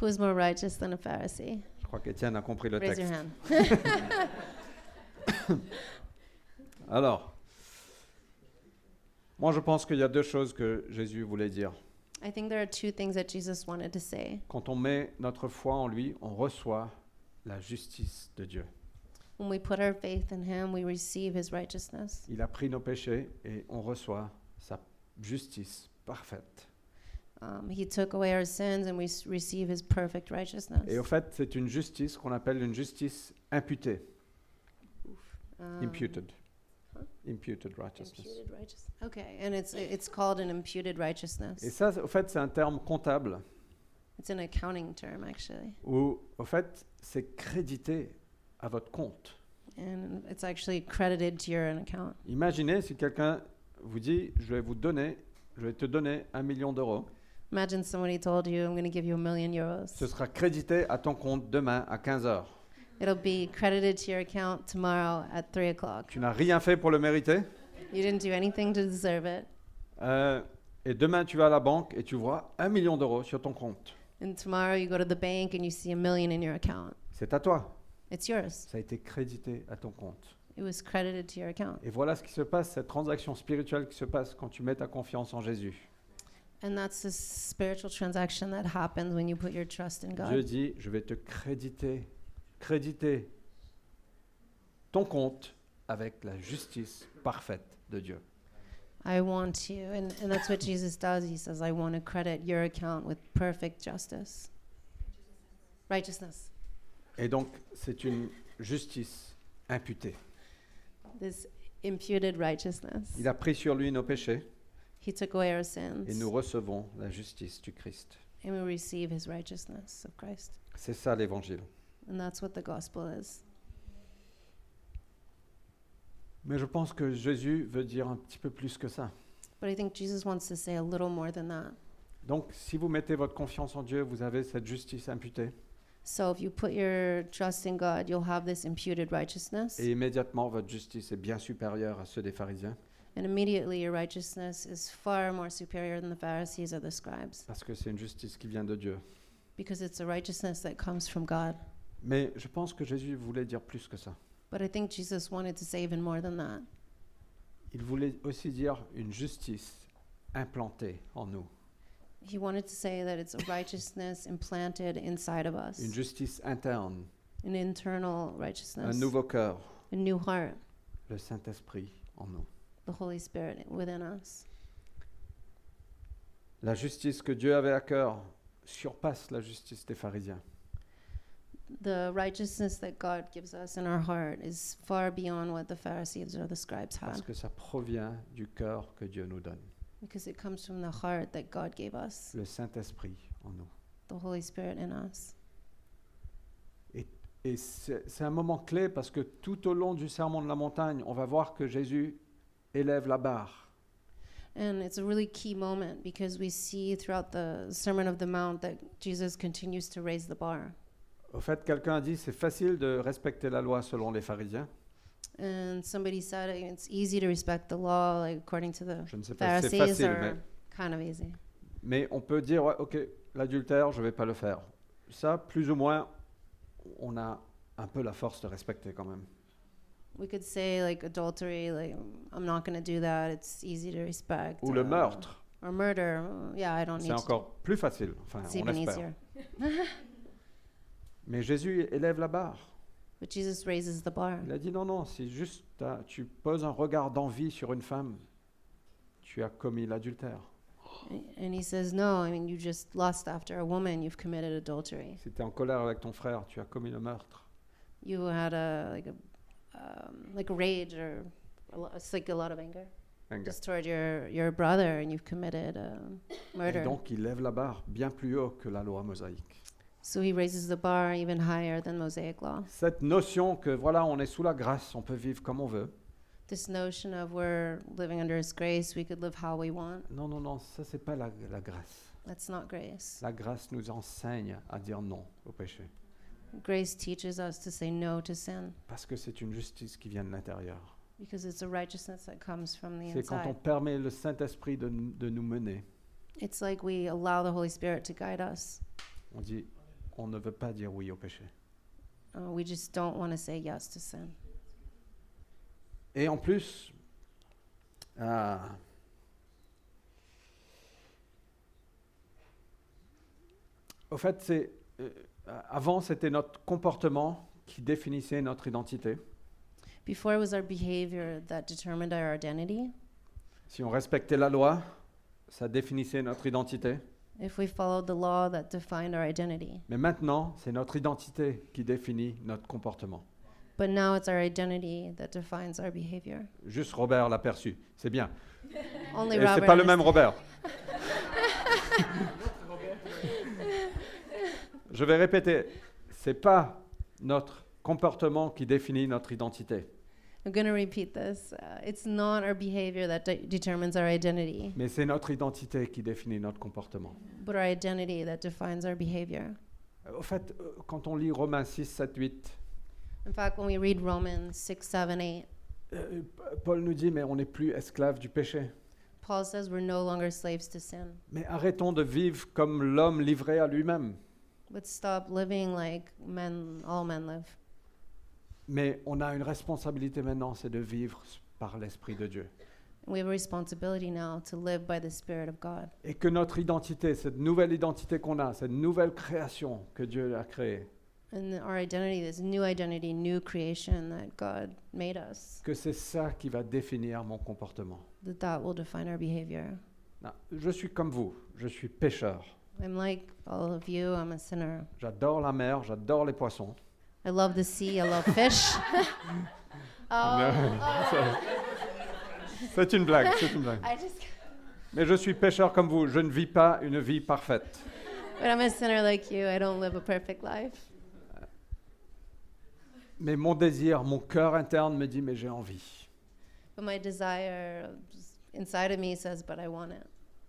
Speaker 2: who is more righteous than a Pharisee?
Speaker 1: Je crois qu'Étienne a compris le
Speaker 2: Raise your
Speaker 1: texte.
Speaker 2: hand.
Speaker 1: Alors, moi, je pense qu'il y a deux choses que Jésus voulait dire.
Speaker 2: I think there are two things that Jesus wanted to say.
Speaker 1: Quand on met notre foi en lui, on reçoit la justice de Dieu.
Speaker 2: When we put our faith in Him, we receive His righteousness.
Speaker 1: Il a pris nos péchés et on reçoit sa justice parfaite.
Speaker 2: Um, he took away our sins and we s- receive His perfect righteousness.
Speaker 1: Et au fait, c'est une justice qu'on appelle une justice imputée.
Speaker 2: Um,
Speaker 1: Imputed.
Speaker 2: Huh?
Speaker 1: Imputed righteousness.
Speaker 2: Imputed righteousness. Okay, and it's it's called an imputed righteousness.
Speaker 1: Et ça, au fait, c'est un terme comptable
Speaker 2: It's an accounting term actually,
Speaker 1: où, au fait, c'est crédité à votre compte.
Speaker 2: and it's actually credited to your account.
Speaker 1: Imaginez si quelqu'un vous dit, je vais vous donner, je vais te donner un million d'euros.
Speaker 2: Imagine somebody told you, "I'm going to give you a million euros."
Speaker 1: Ce sera crédité à ton compte demain à 15 heures.
Speaker 2: It'll be credited to your account tomorrow at three o'clock.
Speaker 1: Tu n'as rien fait pour le mériter.
Speaker 2: You didn't do anything to deserve it,
Speaker 1: Euh, et demain, tu vas à la banque et tu vois un million d'euros sur ton compte.
Speaker 2: and tomorrow you go to the bank and you see a million in your account.
Speaker 1: C'est à toi.
Speaker 2: It's yours.
Speaker 1: Ça a été crédité à ton compte.
Speaker 2: It was credited to your account,
Speaker 1: Et voilà ce qui se passe, cette transaction spirituelle qui se passe quand tu mets ta confiance en Jésus.
Speaker 2: and that's the spiritual transaction that happens when you put your trust in
Speaker 1: Dieu
Speaker 2: God.
Speaker 1: dit, je vais te créditer, créditer ton compte avec la justice parfaite de Dieu.
Speaker 2: I want you. And, and that's what Jesus does. He says, I want to credit your account with perfect justice. Righteousness.
Speaker 1: Et donc, c'est une justice imputée.
Speaker 2: This imputed righteousness.
Speaker 1: Il a pris sur lui nos péchés
Speaker 2: He took away our
Speaker 1: et
Speaker 2: sins.
Speaker 1: nous recevons la justice du Christ.
Speaker 2: And we receive his righteousness of Christ.
Speaker 1: C'est ça l'évangile.
Speaker 2: And that's what the gospel is.
Speaker 1: Mais je pense que Jésus veut dire un petit peu plus que ça.
Speaker 2: But I think Jesus wants to say a little more than that.
Speaker 1: Donc, si vous mettez votre confiance en Dieu, vous avez cette justice imputée
Speaker 2: So if you put your trust in God, you'll have this imputed righteousness.
Speaker 1: et immédiatement votre justice est bien supérieure à ceux des pharisiens
Speaker 2: And immediately your righteousness is far more superior than the Pharisees or the scribes
Speaker 1: parce que c'est une justice qui vient de Dieu.
Speaker 2: because it's a righteousness that comes from God.
Speaker 1: Mais je pense que Jésus voulait dire plus que ça.
Speaker 2: But I think Jesus wanted to say even more than that.
Speaker 1: Il voulait aussi dire une justice implantée en nous,
Speaker 2: He wanted to say that it's a righteousness implanted inside of us,
Speaker 1: une justice interne,
Speaker 2: an internal
Speaker 1: un
Speaker 2: righteousness,
Speaker 1: nouveau cœur,
Speaker 2: a new heart,
Speaker 1: le Saint-Esprit en nous.
Speaker 2: the Holy Spirit within us.
Speaker 1: La justice que Dieu avait à cœur surpasse la justice des pharisiens.
Speaker 2: The righteousness that God gives us in our heart is far beyond what the Pharisees or the scribes
Speaker 1: Parce
Speaker 2: had
Speaker 1: que ça provient du cœur que Dieu nous donne,
Speaker 2: because it comes from the heart that God gave us,
Speaker 1: le Saint-Esprit en nous.
Speaker 2: the Holy Spirit in us.
Speaker 1: Et c'est c'est un moment clé parce que tout au long du sermon de la montagne, on va voir que Jésus élève la barre.
Speaker 2: And it's a really key moment because we see throughout the Sermon of the Mount that Jesus continues to raise the bar.
Speaker 1: Au fait, quelqu'un a dit c'est facile de respecter la loi selon les pharisiens.
Speaker 2: And somebody said uh, it's easy to respect the law like, according to the
Speaker 1: Je ne sais pas si c'est
Speaker 2: Pharisees
Speaker 1: facile, mais,
Speaker 2: are kind of easy.
Speaker 1: mais on peut dire ouais, ok, l'adultère, je ne vais pas le faire. Ça, plus ou moins, on a un peu la force de respecter quand même.
Speaker 2: We could say like adultery, like I'm not going to do that. It's easy to respect.
Speaker 1: Ou le
Speaker 2: uh,
Speaker 1: meurtre,
Speaker 2: Or murder. uh, Yeah, I don't need
Speaker 1: c'est
Speaker 2: to.
Speaker 1: encore plus facile. Enfin,
Speaker 2: It's
Speaker 1: on
Speaker 2: even
Speaker 1: espère.
Speaker 2: easier.
Speaker 1: Mais Jésus élève la barre.
Speaker 2: But Jesus raises the bar.
Speaker 1: Il a dit non, non, c'est juste, t'as- tu poses un regard d'envie sur une femme, tu as commis l'adultère.
Speaker 2: A- And he says, no, I mean, you just lust after a woman. You've committed adultery.
Speaker 1: Si tu en colère avec ton frère, tu as commis le meurtre.
Speaker 2: You had a like a um, like a rage or a lo- it's like a lot of anger
Speaker 1: Venga.
Speaker 2: just toward your your brother, and you've committed um,
Speaker 1: Et
Speaker 2: murder.
Speaker 1: donc il lève la barre bien plus haut que la loi mosaïque.
Speaker 2: So he raises the bar even higher than Mosaic law.
Speaker 1: Cette notion que voilà, on est sous la grâce, on peut vivre comme on veut.
Speaker 2: This notion of we're living under his grace, we could live how we want,
Speaker 1: Non, non, non, ça c'est pas la, la grâce.
Speaker 2: that's not grace.
Speaker 1: La grâce nous enseigne à dire non au péché,
Speaker 2: Grace teaches us to say no to sin
Speaker 1: parce que c'est une justice qui vient de l'intérieur.
Speaker 2: because it's a righteousness that comes from the
Speaker 1: C'est quand on
Speaker 2: inside.
Speaker 1: permet le Saint-Esprit de, n- de nous mener.
Speaker 2: It's like we allow the Holy Spirit to guide us.
Speaker 1: On dit, on ne veut pas dire oui au péché.
Speaker 2: Uh, we just don't want to say yes to sin.
Speaker 1: Et en plus, euh, au fait, c'est euh, avant c'était notre comportement qui définissait notre identité.
Speaker 2: Before it was our behavior that determined our identity.
Speaker 1: Si on respectait la loi, ça définissait notre identité.
Speaker 2: If we followed the law that defined our identity.
Speaker 1: Mais maintenant, c'est notre identité qui définit notre comportement.
Speaker 2: But now it's our identity that defines our behavior.
Speaker 1: Juste Robert l'a perçu. C'est bien.
Speaker 2: Only
Speaker 1: Et
Speaker 2: Robert.
Speaker 1: c'est pas le
Speaker 2: understands.
Speaker 1: même Robert. Je vais répéter, c'est pas notre comportement qui définit notre identité,
Speaker 2: I'm going to repeat this. Uh, it's not our behavior that de- determines our identity,
Speaker 1: mais c'est notre identité qui définit notre comportement.
Speaker 2: but our identity that defines our behavior.
Speaker 1: Euh, Au fait, euh, quand on lit Romains 6, 7, 8,
Speaker 2: In fact, when we read Romans 6, 7, 8,
Speaker 1: euh, P- Paul nous dit, mais on n'est plus esclave du péché.
Speaker 2: Paul says we're no longer slaves to sin,
Speaker 1: Mais arrêtons de vivre comme l'homme livré à lui-même.
Speaker 2: but stop living like men, all men live.
Speaker 1: Mais on a une responsabilité maintenant, c'est de vivre par l'Esprit de Dieu.
Speaker 2: We have a responsibility now to live by the Spirit of God.
Speaker 1: et que notre identité, cette nouvelle identité qu'on a, cette nouvelle création que Dieu a créée,
Speaker 2: And our identity, this new identity, new creation that God made us,
Speaker 1: que c'est ça qui va définir mon comportement.
Speaker 2: that that will define our behavior.
Speaker 1: Non, je suis comme vous, je suis pêcheur.
Speaker 2: I'm like all of you, I'm a sinner.
Speaker 1: J'adore la mer, j'adore les poissons.
Speaker 2: I love the sea, I love fish. oh,
Speaker 1: C'est une blague, c'est une blague.
Speaker 2: I just,
Speaker 1: Mais je suis pêcheur comme vous, je ne vis pas une vie parfaite.
Speaker 2: but I'm a sinner like you. I don't live a perfect life.
Speaker 1: Mais mon désir, mon cœur interne me dit, mais j'ai envie.
Speaker 2: But my desire just inside of me says, but I want it.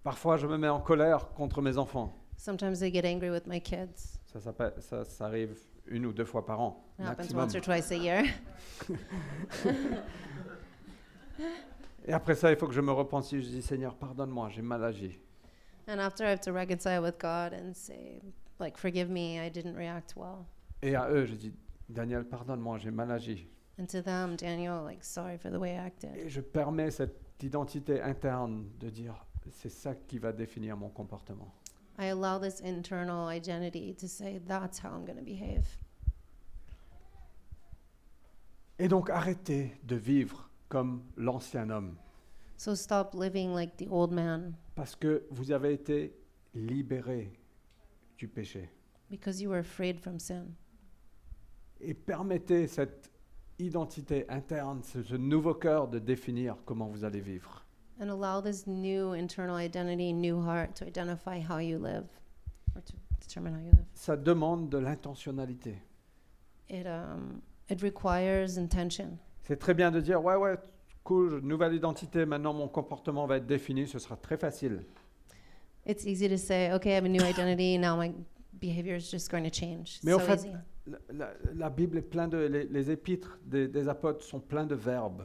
Speaker 1: Parfois, je me mets en colère contre mes enfants.
Speaker 2: Sometimes I get angry with my kids.
Speaker 1: Ça, s'appelle- ça- ça arrive une ou deux fois par an.
Speaker 2: It happens
Speaker 1: maximum.
Speaker 2: once or twice a year.
Speaker 1: Et après ça, il faut que je me repente si je dis, Seigneur, pardonne-moi, j'ai mal agi.
Speaker 2: And after I have to reconcile with God and say, like, forgive me, I didn't react well.
Speaker 1: Et à eux, je dis, Daniel, pardonne-moi, j'ai mal agi.
Speaker 2: And to them, Daniel, like, sorry for the way I acted.
Speaker 1: Et je permets cette identité interne de dire, c'est ça qui va définir mon comportement.
Speaker 2: I allow this internal identity to say, that's how I'm going to behave.
Speaker 1: Et donc, arrêtez de vivre comme l'ancien homme,
Speaker 2: So stop living like the old man
Speaker 1: parce que vous avez été libéré du péché.
Speaker 2: because you were afraid from sin.
Speaker 1: Et permettez cette identité interne, ce, ce nouveau cœur de définir comment vous allez vivre.
Speaker 2: And allow this new internal identity, new heart to identify how you live or to determine how you live.
Speaker 1: Ça demande de l'intentionnalité.
Speaker 2: It, um, it requires intention.
Speaker 1: C'est très bien de dire, ouais, ouais, cool, nouvelle identité, maintenant mon comportement va être défini, ce sera très facile.
Speaker 2: It's easy to say, okay, I have a new identity. Now my behavior is just going to change.
Speaker 1: Mais en
Speaker 2: so
Speaker 1: fait-
Speaker 2: easy.
Speaker 1: La, la- la Bible est pleine de... Les, les épîtres des, des apôtres sont pleins de verbes.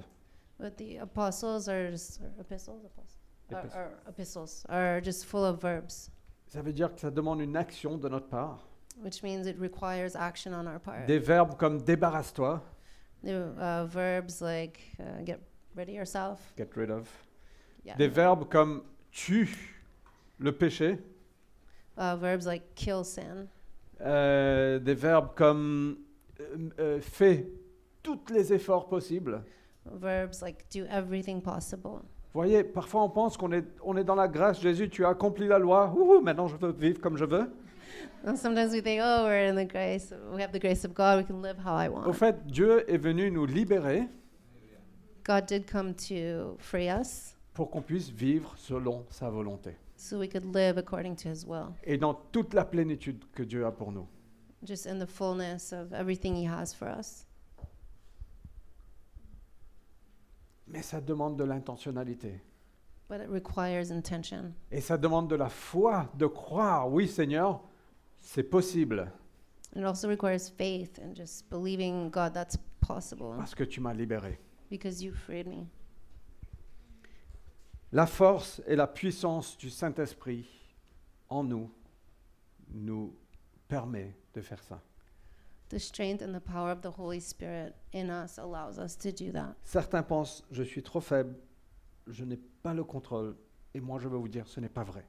Speaker 2: But the apostles are just or epistles, apostles,
Speaker 1: Épis-
Speaker 2: Are, are epistles are just full of verbs,
Speaker 1: Ça veut dire que ça demande une action de notre part.
Speaker 2: which means it requires action on our part.
Speaker 1: Des verbes comme débarrasse-toi,
Speaker 2: The uh, verbs like uh, get ready yourself.
Speaker 1: get rid of.
Speaker 2: Yeah.
Speaker 1: Des verbes comme tue le péché.
Speaker 2: uh, verbs like kill sin.
Speaker 1: Euh, des verbes comme euh, euh, fais tous les efforts possibles.
Speaker 2: Verbs like do everything possible.
Speaker 1: Vous voyez, parfois on pense qu'on est, on est dans la grâce. Jésus, tu as accompli la loi. Ouhou, maintenant je veux vivre comme je veux.
Speaker 2: And sometimes we think, oh, we're in the grace. We have the grace of God. We can live how I
Speaker 1: Au
Speaker 2: want.
Speaker 1: fait, Dieu est venu nous libérer
Speaker 2: God did come to free us
Speaker 1: pour qu'on puisse vivre selon sa volonté
Speaker 2: so we could live according to His will,
Speaker 1: et dans toute la plénitude que Dieu a pour nous.
Speaker 2: just in the fullness of everything He has for us.
Speaker 1: Mais ça demande de l'intentionnalité.
Speaker 2: But it requires intention.
Speaker 1: Et ça demande de la foi, de croire, oui Seigneur, c'est possible,
Speaker 2: It also requires faith and just believing God that's possible
Speaker 1: parce que tu m'as libéré.
Speaker 2: because you freed me.
Speaker 1: La force et la puissance du Saint-Esprit en nous nous permet de faire ça.
Speaker 2: The strength and the power of the Holy Spirit in us allows us to do that.
Speaker 1: Certains pensent, je suis trop faible, je n'ai pas le contrôle, et moi je veux vous dire, ce n'est pas vrai.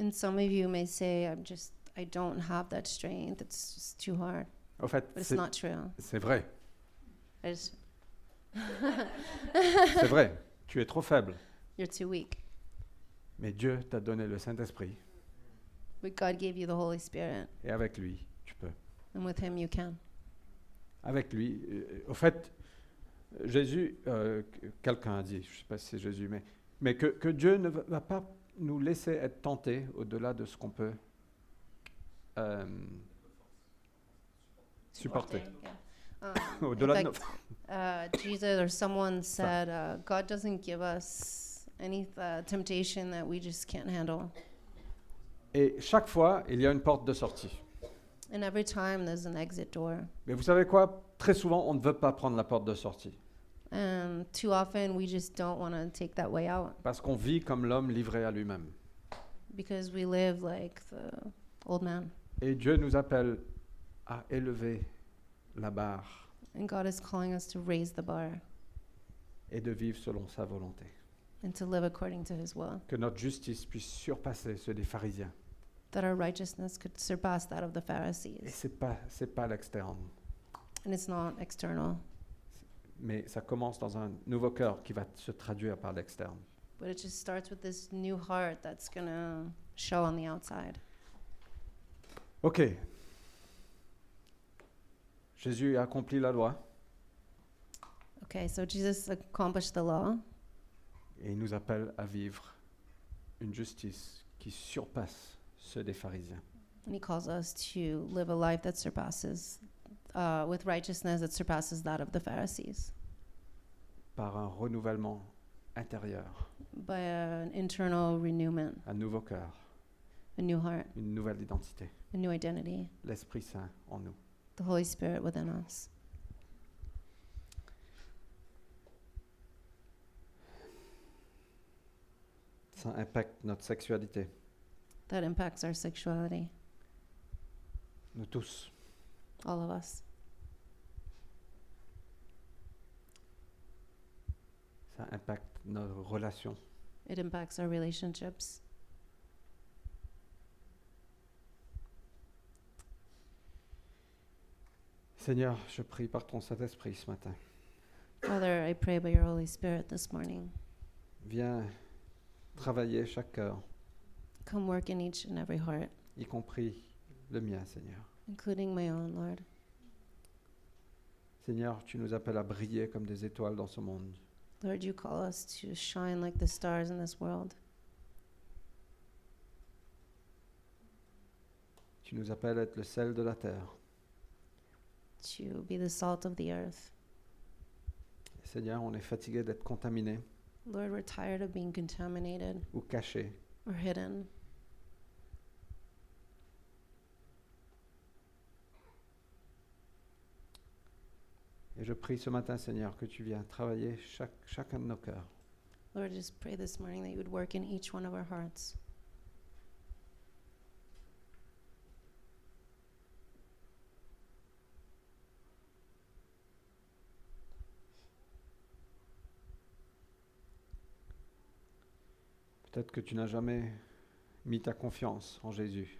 Speaker 2: And some of you may say, I'm just, I don't have that strength. It's just too hard.
Speaker 1: En fait,
Speaker 2: But it's
Speaker 1: c'est-
Speaker 2: not true.
Speaker 1: c'est vrai,
Speaker 2: I just,
Speaker 1: c'est vrai, tu es trop faible.
Speaker 2: you're too weak.
Speaker 1: Mais Dieu t'a donné le Saint-Esprit,
Speaker 2: But God gave you the Holy Spirit,
Speaker 1: et avec lui, tu peux.
Speaker 2: and with Him you can.
Speaker 1: avec lui. Euh, Au fait, Jésus, euh, que- quelqu'un a dit, je ne sais pas si c'est Jésus, mais, mais que, que Dieu ne va va pas nous laisser être tentés au-delà de ce qu'on peut euh, supporter.
Speaker 2: Yeah. Um, in
Speaker 1: Au-delà de nos-
Speaker 2: fact, uh, Jesus or someone said, uh, God doesn't give us any uh, temptation that we just can't handle.
Speaker 1: Et chaque fois, il y a une porte de sortie.
Speaker 2: And every time there's an exit door.
Speaker 1: Mais vous savez quoi Très souvent, on ne veut pas prendre la porte de sortie
Speaker 2: And too often we just don't want to take that way out
Speaker 1: parce qu'on vit comme l'homme livré à lui-même.
Speaker 2: because we live like the old man.
Speaker 1: Et Dieu nous appelle à élever la barre
Speaker 2: And God is calling us to raise the bar
Speaker 1: et de vivre selon sa volonté.
Speaker 2: and to live according to His will.
Speaker 1: que notre justice puisse surpasser ceux des pharisiens
Speaker 2: that our righteousness could surpass that of the
Speaker 1: Et
Speaker 2: Pharisees.
Speaker 1: c'est pas, c'est pas l'externe.
Speaker 2: And it's not external,
Speaker 1: Mais ça commence dans un nouveau cœur qui va se traduire par l'externe.
Speaker 2: but it just starts with this new heart that's going to show on the outside.
Speaker 1: Ok. Jésus a accompli la loi
Speaker 2: Okay, so Jesus accomplished the law,
Speaker 1: et il nous appelle à vivre une justice qui surpasse ceux des pharisiens.
Speaker 2: and he calls us to live a life that surpasses, uh, with righteousness that surpasses that of the Pharisees
Speaker 1: par un renouvellement intérieur,
Speaker 2: by an internal renewment,
Speaker 1: un nouveau cœur,
Speaker 2: a new heart,
Speaker 1: une nouvelle identité,
Speaker 2: a new identity,
Speaker 1: l'Esprit Saint en nous.
Speaker 2: the Holy Spirit within us.
Speaker 1: Ça impacte notre sexualité,
Speaker 2: That impacts our sexuality,
Speaker 1: nous tous.
Speaker 2: all of us.
Speaker 1: Ça impacte nos relations.
Speaker 2: It impacts our relationships.
Speaker 1: Seigneur, je prie par ton Saint-Esprit ce matin.
Speaker 2: Father, I pray by your Holy Spirit this morning.
Speaker 1: Viens travailler chaque cœur,
Speaker 2: Come work in each and every heart,
Speaker 1: y compris le mien, Seigneur.
Speaker 2: including my own, Lord.
Speaker 1: Seigneur, tu nous appelles à briller comme des étoiles dans ce monde.
Speaker 2: Lord, you call us to shine like the stars in this world.
Speaker 1: Tu nous appelles à être le sel de la terre.
Speaker 2: to be the salt of the earth.
Speaker 1: Seigneur, on est fatigué d'être contaminé
Speaker 2: Lord, we're tired of being contaminated
Speaker 1: ou caché.
Speaker 2: or hidden.
Speaker 1: Et je prie ce matin, Seigneur, que tu viens travailler chaque, chacun de nos cœurs.
Speaker 2: Lord, just pray this morning that you would work in each one of our hearts.
Speaker 1: Peut-être que tu n'as jamais mis ta confiance en Jésus.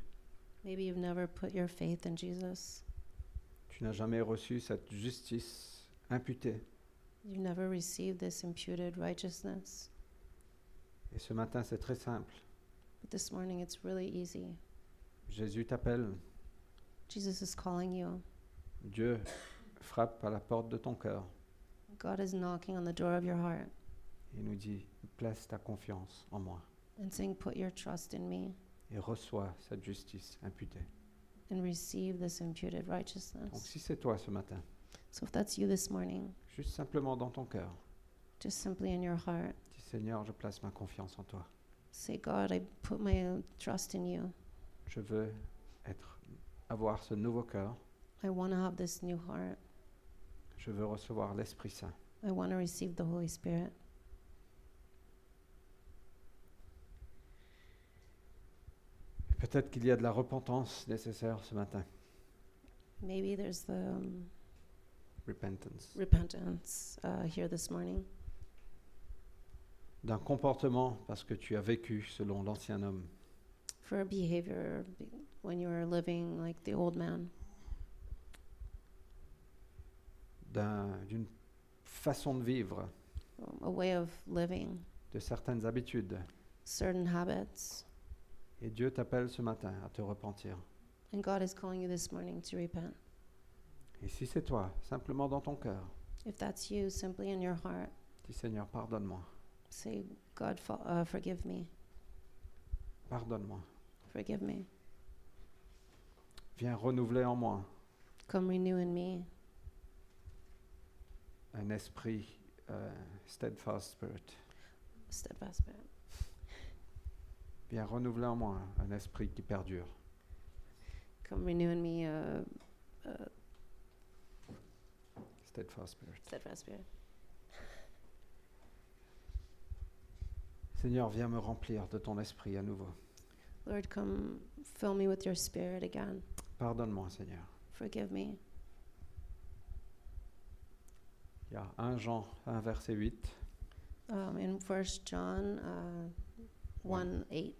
Speaker 2: Maybe you've never put your faith in Jesus.
Speaker 1: Tu n'as jamais reçu cette justice imputée.
Speaker 2: You've never received this imputed righteousness.
Speaker 1: Et ce matin, c'est très simple.
Speaker 2: But this morning it's really easy.
Speaker 1: Jésus t'appelle.
Speaker 2: Jesus is calling you.
Speaker 1: Dieu frappe à la porte de ton cœur.
Speaker 2: God is knocking on the door of your heart
Speaker 1: Il nous dit, place ta confiance en moi
Speaker 2: and saying, Put your trust in me
Speaker 1: et reçois cette justice imputée.
Speaker 2: and receive this imputed
Speaker 1: Donc
Speaker 2: righteousness.
Speaker 1: si c'est toi ce matin,
Speaker 2: So if that's you this morning,
Speaker 1: juste simplement dans ton cœur,
Speaker 2: just simply in your heart,
Speaker 1: dis Seigneur, je place ma confiance en toi.
Speaker 2: say, God, I put my trust in you.
Speaker 1: Je veux être, avoir ce nouveau cœur.
Speaker 2: I want to have this new heart.
Speaker 1: Je veux recevoir l'Esprit Saint.
Speaker 2: I want to receive the Holy Spirit.
Speaker 1: Peut-être qu'il y a de la repentance nécessaire ce matin.
Speaker 2: Maybe there's the um,
Speaker 1: Repentance.
Speaker 2: repentance uh, here this morning
Speaker 1: D'un comportement parce que tu as vécu selon l'ancien homme.
Speaker 2: for a behavior be- when you were living like the old man,
Speaker 1: d'un- d'une façon de vivre,
Speaker 2: um, a way of living,
Speaker 1: de certaines habitudes.
Speaker 2: certain habits.
Speaker 1: Et Dieu t'appelle ce matin à te repentir.
Speaker 2: And God is calling you this morning to repent.
Speaker 1: Et si c'est toi, simplement dans ton cœur,
Speaker 2: If that's you, simply in your heart,
Speaker 1: dis Seigneur, pardonne-moi,
Speaker 2: say, God, fo- uh, forgive me.
Speaker 1: pardonne-moi.
Speaker 2: Forgive me.
Speaker 1: Viens renouveler en moi
Speaker 2: Come renew in me
Speaker 1: un esprit euh, steadfast spirit.
Speaker 2: a steadfast spirit.
Speaker 1: Viens renouveler en moi un esprit qui perdure.
Speaker 2: Come renew in me uh, a
Speaker 1: Steadfast spirit.
Speaker 2: steadfast spirit.
Speaker 1: Seigneur, viens me remplir de ton esprit à nouveau.
Speaker 2: Lord, come fill me with your spirit again.
Speaker 1: Pardonne-moi, Seigneur.
Speaker 2: Forgive me.
Speaker 1: Il y a 1 Jean 1, verset 8.
Speaker 2: Um, in First John uh,
Speaker 1: One.
Speaker 2: 1 8,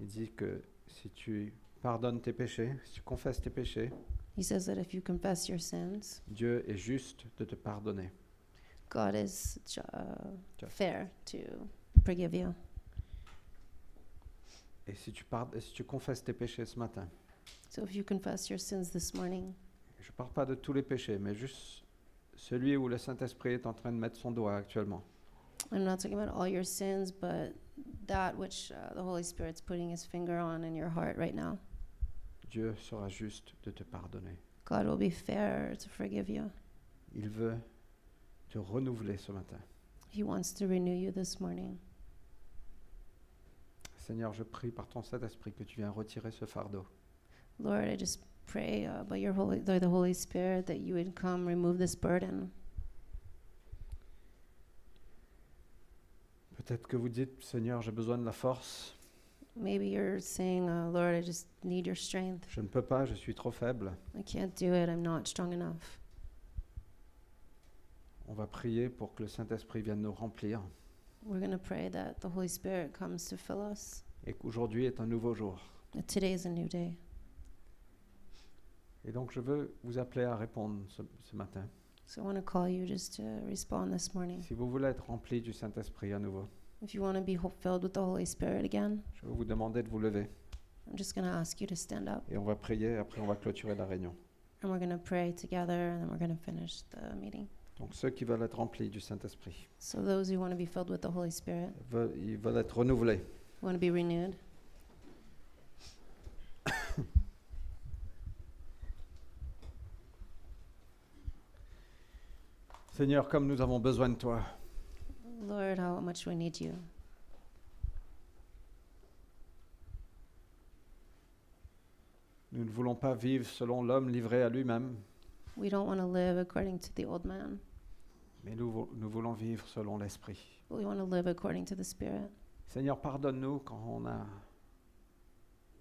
Speaker 1: Il dit que si tu pardonnes tes péchés, si tu confesses tes péchés,
Speaker 2: He says that if you confess your sins,
Speaker 1: Dieu est juste de te pardonner.
Speaker 2: God is ju- uh,
Speaker 1: Just.
Speaker 2: fair to forgive you.
Speaker 1: Et si tu, pard- et si tu confesses tes péchés ce matin,
Speaker 2: So if you confess your sins this morning,
Speaker 1: je ne parle pas de tous les péchés, mais juste celui où le Saint-Esprit est en train de mettre son doigt actuellement.
Speaker 2: I'm not talking about all your sins, but that which uh, the Holy Spirit's putting his finger on in your heart right now,
Speaker 1: Dieu sera juste de te pardonner.
Speaker 2: God will be fair to forgive you.
Speaker 1: Il veut te renouveler ce matin.
Speaker 2: He wants to renew you this morning.
Speaker 1: Seigneur, je prie par ton Saint-Esprit que tu viens retirer ce fardeau.
Speaker 2: Lord, I just pray uh, by your holy, by the Holy Spirit, that you would come remove this burden.
Speaker 1: Peut-être que vous dites, Seigneur, j'ai besoin de la force.
Speaker 2: Maybe you're saying, uh, Lord, I just need your strength.
Speaker 1: Je ne peux pas, je suis trop faible.
Speaker 2: I can't do it. I'm not strong enough.
Speaker 1: On va prier pour que le Saint-Esprit vienne nous remplir
Speaker 2: We're going to pray that the Holy Spirit comes to fill us.
Speaker 1: et qu'aujourd'hui est un nouveau jour.
Speaker 2: That today is a new day.
Speaker 1: Et donc je veux vous appeler à répondre ce, ce matin.
Speaker 2: So I want to call you just to respond this morning.
Speaker 1: Si vous voulez être rempli du Saint-Esprit à nouveau,
Speaker 2: If you want to be ho- filled with the Holy Spirit again,
Speaker 1: je vais vous demander de vous lever
Speaker 2: I'm just going to ask you to stand up
Speaker 1: et on va prier. Après, on va clôturer la réunion.
Speaker 2: and we're going to pray together and then we're going to finish the meeting.
Speaker 1: Donc ceux qui veulent être remplis du Saint-Esprit,
Speaker 2: So those who want to be filled with the Holy Spirit,
Speaker 1: veulent- ils veulent être renouvelés.
Speaker 2: who want to be renewed,
Speaker 1: Seigneur, comme nous avons besoin de toi,
Speaker 2: Lord, how much we need you.
Speaker 1: nous ne voulons pas vivre selon l'homme livré à lui-même,
Speaker 2: We don't want to live according to the old man,
Speaker 1: mais nous, vou- nous voulons vivre selon l'Esprit.
Speaker 2: but we want to live according to the Spirit.
Speaker 1: Seigneur, pardonne-nous quand on a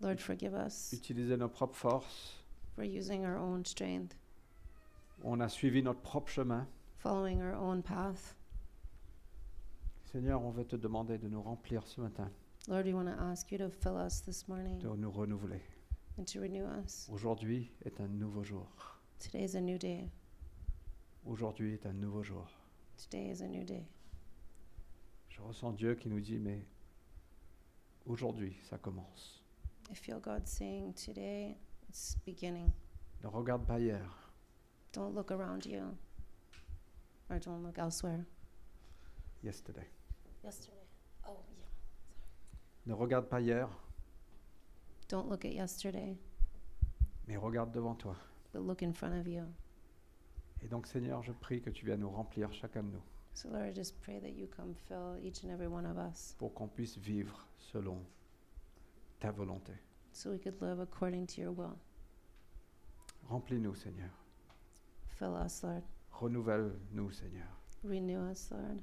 Speaker 2: Lord, forgive us
Speaker 1: utilisé nos propres forces,
Speaker 2: for using our own strength,
Speaker 1: on a suivi notre propre chemin.
Speaker 2: following our own path.
Speaker 1: Seigneur, on veut te demander de nous remplir ce matin,
Speaker 2: Lord, we want to ask you to fill us this morning
Speaker 1: de nous renouveler.
Speaker 2: and to renew us.
Speaker 1: Aujourd'hui est un nouveau jour.
Speaker 2: Today is a new day.
Speaker 1: Aujourd'hui est un nouveau jour.
Speaker 2: Today is a new day.
Speaker 1: Je ressens Dieu qui nous dit, mais aujourd'hui, ça commence.
Speaker 2: I feel God saying, Today it's beginning.
Speaker 1: Ne regarde pas hier,
Speaker 2: Don't look around you or don't look elsewhere.
Speaker 1: yesterday.
Speaker 2: Yesterday. Oh, yeah.
Speaker 1: Ne regarde pas hier,
Speaker 2: Don't look at yesterday,
Speaker 1: mais regarde devant toi.
Speaker 2: but look in front of you.
Speaker 1: Et donc, Seigneur, je prie que tu viennes nous remplir chacun de nous
Speaker 2: So, Lord, I just pray that you come fill each and every one of us
Speaker 1: pour qu'on puisse vivre selon ta volonté.
Speaker 2: so we could live according to your will.
Speaker 1: Remplis-nous, Seigneur.
Speaker 2: Fill us, Lord.
Speaker 1: Renouvelle-nous, Seigneur.
Speaker 2: Renew us, Lord.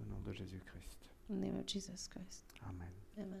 Speaker 1: Au nom de Jésus-Christ.
Speaker 2: In the name of Jesus Christ.
Speaker 1: Amen.
Speaker 2: Amen.